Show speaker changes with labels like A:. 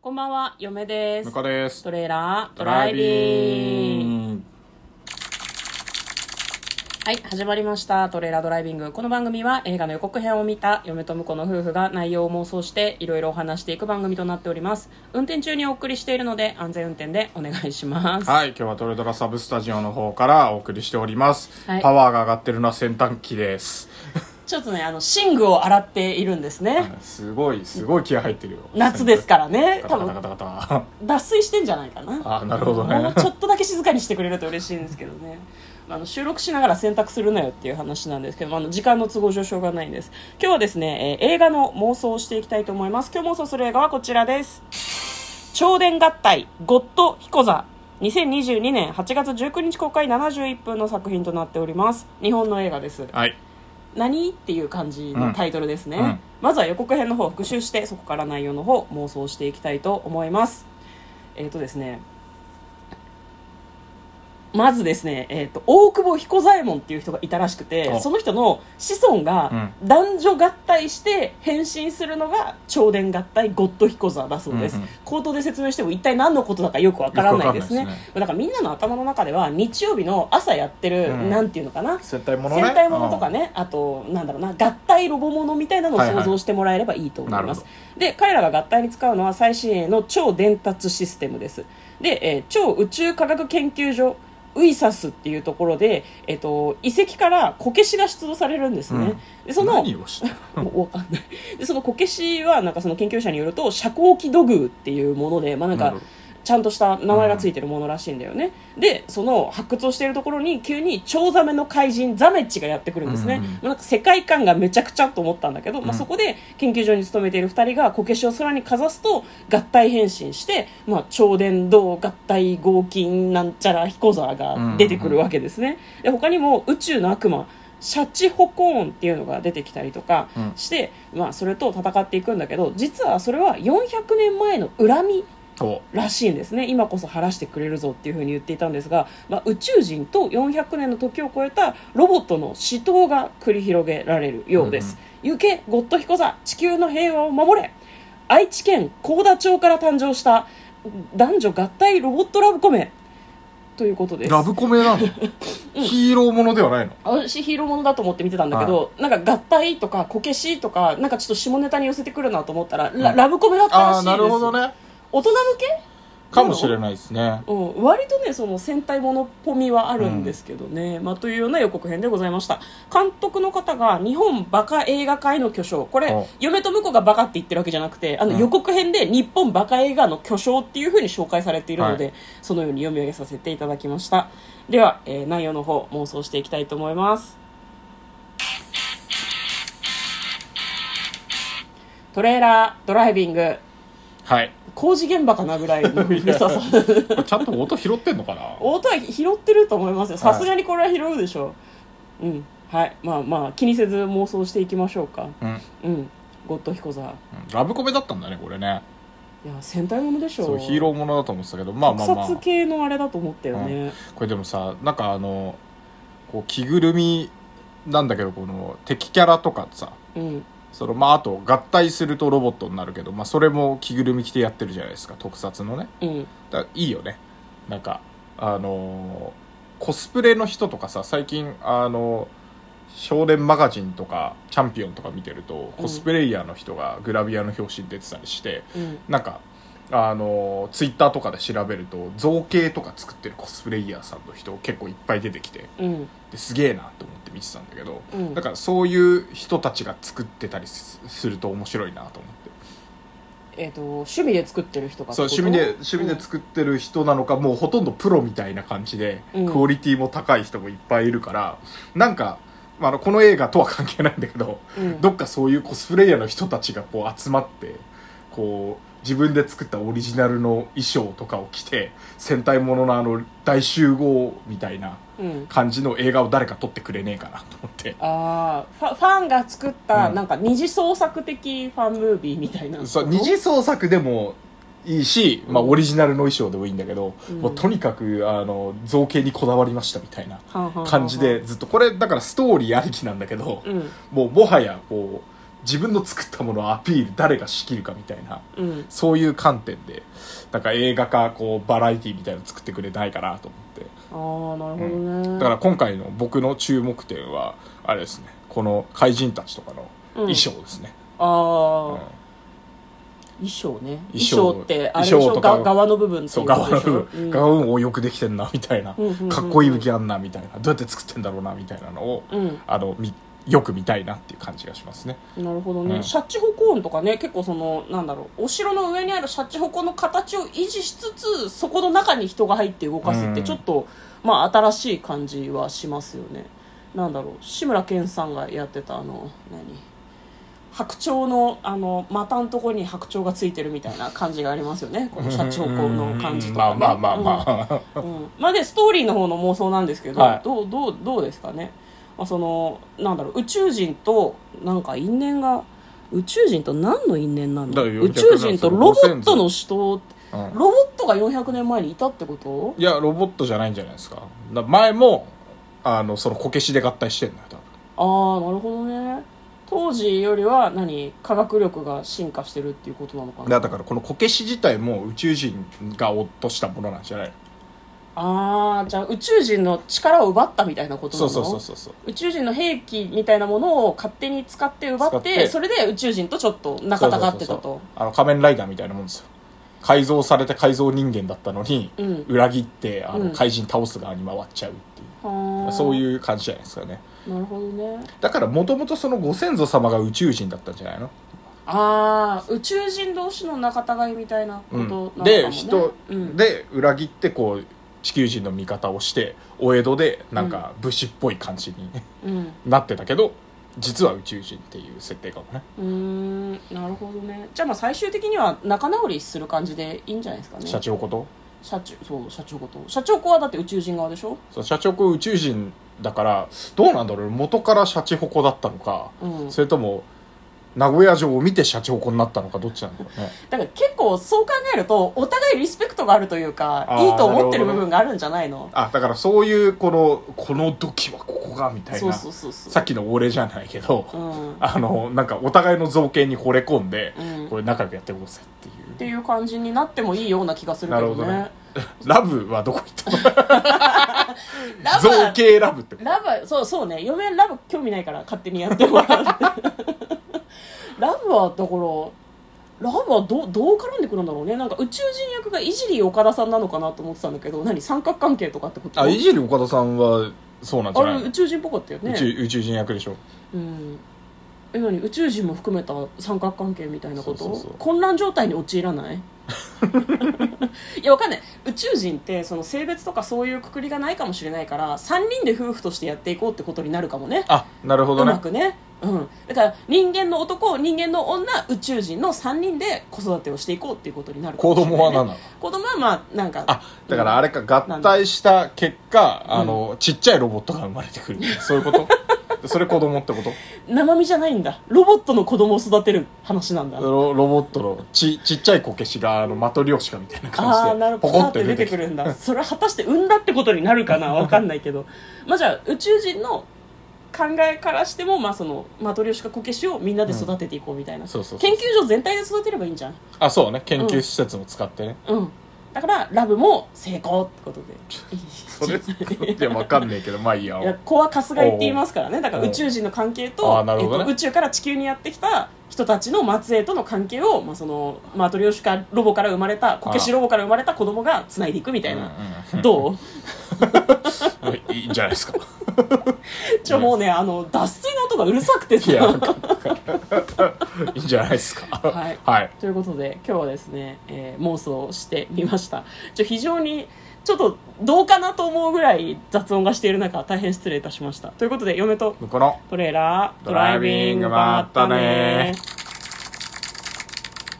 A: こんばんは、嫁です
B: ム。カです
A: トレーラードライビング。
B: ング
A: はい、始まりました。トレーラードライビング。この番組は映画の予告編を見た嫁と婿の夫婦が内容を妄想していろいろお話していく番組となっております。運転中にお送りしているので安全運転でお願いします。
B: はい今日はトレドラサブスタジオの方からお送りしております、
A: はい
B: パワーが上がってるのは洗濯機です
A: ちょっとね、あの、寝具を洗っているんですね。
B: すごいすごい気合入ってるよ
A: 夏ですからね。
B: ガ
A: 多
B: タガタガ
A: 分、
B: タガタ
A: 脱水してんじゃないかな。
B: あなるほど
A: もう
B: ね
A: ちょっとだけ静かにしてくれると嬉しいんですけどね。あの収録しながら洗濯するなよっていう話なんですけどもあの時間の都合上しょうがないんです今日はですね、えー映画の妄想をしていきたいと思います今日妄想する映画はこちらです超伝合体ゴッドヒコザ2022年8月19日公開71分の作品となっております日本の映画です
B: はい
A: 何っていう感じのタイトルですね、
B: うんうん
A: まずは予告編の方を復習してそこから内容の方妄想していきたいと思いますえっ、とですねまずですね、えー、と大久保彦左衛門っていう人がいたらしくて
B: お
A: その人の子孫が男女合体して変身するのが超伝合体ゴッド彦座だそうです、
B: うんうん
A: 口頭で説明しても一体何のことだかよくわからないですね
B: よくわかんないです
A: だからみんなの頭の中では日曜日の朝やってる、
B: うん
A: なんていうのかな
B: 戦隊ものね
A: 戦隊ものとかね、あと、なんだろうな、合体ロボものみたいなのを想像してもらえればいいと思い
B: はいは
A: ま
B: い
A: す。
B: なる
A: で、彼らが合体に使うのは最新鋭の超伝達システムです。で、えー超宇宙科学研究所、ウイサスっていうところで、えっ、と、遺跡からこけしが出土されるんですね。で、その、
B: 何をしてる
A: おわかんない。で、そのこけしは、なんかその研究者によると、遮光器土偶っていうもので、まあなん
B: な
A: か
B: るほ、
A: ちゃんとした名前がついてるものらしいんだよね。で、その発掘をしているところに、急にチョウザメの怪人、ザメッチがやってくるんですね。
B: うんうんうん
A: まあなんか世界観がめちゃくちゃと思ったんだけど、まあ
B: うん
A: そこで研究所に勤めている二人がこけしを空にかざすと、合体変身して、まあ、超伝導合体合金なんちゃらヒコザーが出てくるわけですね。で、他にも宇宙の悪魔、シャチホコーンっていうのが出てきたりとか
B: うん
A: して、まあそれと戦っていくんだけど、実はそれは400年前の恨み
B: と
A: らしいんですね今こそ晴らしてくれるぞっていうふうに言っていたんですが、まあ、宇宙人と400年の時を超えたロボットの死闘が繰り広げられるようです、行けゴッドヒコザ地球の平和を守れ愛知県幸田町から誕生した男女合体ロボットラブコメということです
B: ラブコメなのヒーローものではないの
A: 私ヒーローものだと思って見てたんだけど、なんか合体とかこけしとかなんかちょっと下ネタに寄せてくるなと思ったら、ラ
B: うん
A: ラブコメだったらしいで
B: ああ
A: す
B: なるほどね
A: 大人向け
B: かもしれないですね
A: うん、割とねその戦隊ものっぽみはあるんですけどね、まあ、というような予告編でございました監督の方が日本バカ映画界の巨匠これ
B: お
A: 嫁と婿がバカって言ってるわけじゃなくてあ
B: う
A: の
B: ん
A: 予告編で日本バカ映画の巨匠っていうふうに紹介されているので、
B: は
A: そのように読み上げさせていただきましたでは、えー内容の方妄想していきたいと思いますトレーラードライビング
B: はい
A: 工事現場かなぐらいの良ささ
B: これちゃんと音拾ってんのかな
A: 音は拾ってると思いますよさすがにこれは拾うでしょう、うんはいまあまあ気にせず妄想していきましょうか
B: うん
A: うんゴッドヒコザ
B: うんラブコメだったんだねこれね
A: いや戦隊ものでしょ
B: そうヒーローものだと思ってたけどまあまあま
A: 特
B: あ
A: 撮系のあれだと思ったよね、
B: これでもさなんかあのこう着ぐるみなんだけどこの敵キャラとかさ
A: うん
B: そのまああと合体するとロボットになるけど、まあ、それも着ぐるみ着てやってるじゃないですか特撮のね
A: うん
B: だからいいよねなんかあのーコスプレの人とかさ最近あの少年マガジンとかチャンピオンとか見てるとコスプレイヤーの人がグラビアの表紙に出てたりして、
A: うん
B: なんかあのツイッターとかで調べると造形とか作ってるコスプレイヤーさんの人結構いっぱい出てきて
A: うん
B: ですげえなと思って見てたんだけど、
A: うん
B: だからそういう人たちが作ってたりすすると面白いなと思って
A: えっ、と趣味で作ってる人が
B: そう趣味で趣味で作ってる人なのか、もうほとんどプロみたいな感じで、
A: うん
B: クオリティも高い人もいっぱいいるからなんか、まあ、あのこの映画とは関係ないんだけど
A: うん、うん
B: どっかそういうコスプレイヤーの人たちがこう集まってこう自分で作ったオリジナルの衣装とかを着て戦隊もののあの大集合みたいな
A: うん
B: 感じの映画を誰か撮ってくれねえかなと思って
A: あーファファンが作った、
B: うん
A: なんか二次創作的ファンムービーみたいな
B: そう二次創作でもいいし、まあ、
A: うん
B: オリジナルの衣装でもいいんだけど、
A: うん
B: もうとにかくあの造形にこだわりましたみたいな
A: はんはんはんはん
B: 感じでずっとこれだからストーリーありきなんだけど、
A: うん
B: もうもはやこう自分の作ったものをアピール誰が仕切るかみたいな
A: うん
B: そういう観点でなんか映画かこうバラエティみたいなの作ってくれないかなと思って
A: ああなるほどね、
B: だから今回の僕の注目点はあれですねこの怪人たちとかの衣装ですね、
A: ああ、
B: うん
A: 衣装ね衣
B: 衣装
A: 装ってあれでしょ
B: 衣装とか
A: が側の部分って
B: そ
A: いううことで
B: 側の
A: しょ
B: 部分、側の部分をよくできてんなみたいな、
A: うんうんうん
B: かっこいい武器あんなみたいなどうやって作ってんだろうなみたいなのを、
A: うん、うん
B: あのみよく見たいなっていう感じがしますね
A: なるほどね、
B: うん
A: シャチホコーンとかね結構そのなんだろうお城の上にあるシャチホコの形を維持しつつそこの中に人が入って動かすって
B: うん
A: ちょっと、まあ新しい感じはしますよねなんだろう志村けんさんがやってたあの何白鳥のあの股のところに白鳥がついてるみたいな感じがありますよねこのシャチホコの感じとか、ね
B: うんまあまあまあまあ、
A: うん、まあでストーリーの方の妄想なんですけど、
B: はい
A: どうどうどうですかね、まあ、そのなんだろう宇宙人となんか因縁が宇宙人と何の因縁な
B: だ
A: の
B: から
A: 宇宙人とロボットの死闘
B: うん
A: ロボットが400年前にいたってこと
B: いやロボットじゃないんじゃないですかだ前もあのそのこけしで合体してんだよ多分
A: ああなるほどね当時よりは何科学力が進化してるっていうことなのかな
B: だからこのこけし自体も宇宙人が落としたものなんじゃない
A: ああじゃあ宇宙人の力を奪ったみたいなことな
B: そ
A: の
B: うそうそうそうそう
A: 宇宙人の兵器みたいなものを勝手に使って奪って
B: 使って
A: それで宇宙人とちょっと仲たがってた
B: そうそ
A: と
B: うそうあの仮面ライダーみたいなもんですよ改造されて改造人間だったのに、
A: うん
B: 裏切ってあ
A: うん
B: の怪人倒す側に回っちゃうっていう、そう
A: は
B: いう感じじゃないですかね
A: あなるほどね
B: だからもともとそのご先祖様が宇宙人だったんじゃないの
A: ああ宇宙人同士の仲違いみたいなこと
B: う
A: なの
B: ん
A: かもね、
B: で人、
A: うん
B: で裏切ってこう地球人の味方をしてお江戸でなんか武士っぽい感じに
A: うん
B: なってたけど実は宇宙人っていう設定かもね
A: うーんなるほどねじゃあまあ最終的には仲直りする感じでいいんじゃないですかね
B: 社長こと
A: 社長そう社長こと社長子はだって宇宙人側でしょ
B: そう社長こう宇宙人だからどうなんだろう元からシャチホコだったのか、
A: うん
B: それとも名古屋城を見てシャチホコになったのかどっちなんだろうね
A: だから結構そう考えるとお互いリスペクトがあるというか
B: あー
A: いいと思ってる
B: なるほどね
A: 部分があるんじゃないの
B: あだからそういうこのこの時はここがみたいな
A: そうそうそうそう
B: さっきの俺じゃないけど、
A: うん
B: あのなんかお互いの造形に惚れ込んで、
A: うん
B: これ仲良くやっていこうぜってい
A: っ
B: う
A: ていう感じになってもいいような気がするけどね
B: なるラブはどこ行ったの
A: ラブ
B: 造
A: は
B: 形ラブってこと
A: ラブはそうそうね嫁はラブ興味ないから勝手にやってもらってラブはだからラブはどどう絡んでくるんだろうねなんか宇宙人役がいじり岡田さんなのかなと思ってたんだけど何三角関係とかってこと
B: あいじり岡田さんはそうなんじゃ
A: あ
B: ない
A: れ
B: の
A: 宇宙人っぽかったよね
B: 宇宙宇宙人役でしょ
A: うんえ何宇宙人も含めた三角関係みたいなこと
B: そうそうそう
A: 混乱状態に陥らない いやわかんない宇宙人ってその性別とかそういうくくりがないかもしれないから3人で夫婦としてやっていこうってことになるかもね
B: あなるほ
A: う
B: ど
A: ま
B: ね
A: くね、うん、だから人間の男人間の女宇宙人の3人で子育てをしていこうっていうことになるかも
B: 子
A: しれない
B: 供は何
A: ね、
B: なの
A: 子供はまあなんか
B: あだからあれか合体した結果、
A: ん
B: あのちっちゃいロボットが生まれてくるそういうこと それ子供ってこと
A: 生身じゃないんだロボットの子供を育てる話なんだ
B: ロロボットのちちっちゃいこけしがあのマトリョーシカみたいな
A: ああー
B: 感
A: な
B: じ
A: る
B: で
A: ほ
B: ポ
A: ど
B: コ
A: パー
B: っ
A: って
B: て
A: 出
B: 出
A: てく
B: てくる
A: るんだそれは果たして産んだってことになるかなわかんないけどまあじゃあ宇宙人の考えからしても、まあ、そのマトリョーシカこけしをみんなで育てていこうみたいな、
B: そうそうそ
A: 研
B: う
A: 究所全体で育てればいいんじゃん
B: あそうね研究施設も使ってね、
A: うんだからラブも成功ってことで
B: それってわかんねえけどまあいいや
A: いや子は春日井って言いますからねだから
B: おう
A: 宇宙人の関係
B: あ
A: と,、
B: ーなるほどね
A: えっと宇宙から地球にやってきた人たちの末裔との関係を、まあ、そのマトリョーシカロボから生まれたこけしロボから生まれた子供がつないでいくみたいな、ど う
B: うんうん いいんじゃないですか
A: ちょもうねあの脱水の音がうるさくて
B: いや
A: さ
B: いいんじゃないですか
A: はい
B: はい、
A: ということで今日はですね、えー妄想をしてみましたちょ非常にちょっとどうかなと思うぐらい雑音がしている中大変失礼いたしましたということで嫁と
B: この
A: トレーラード
B: ドライビングまったねー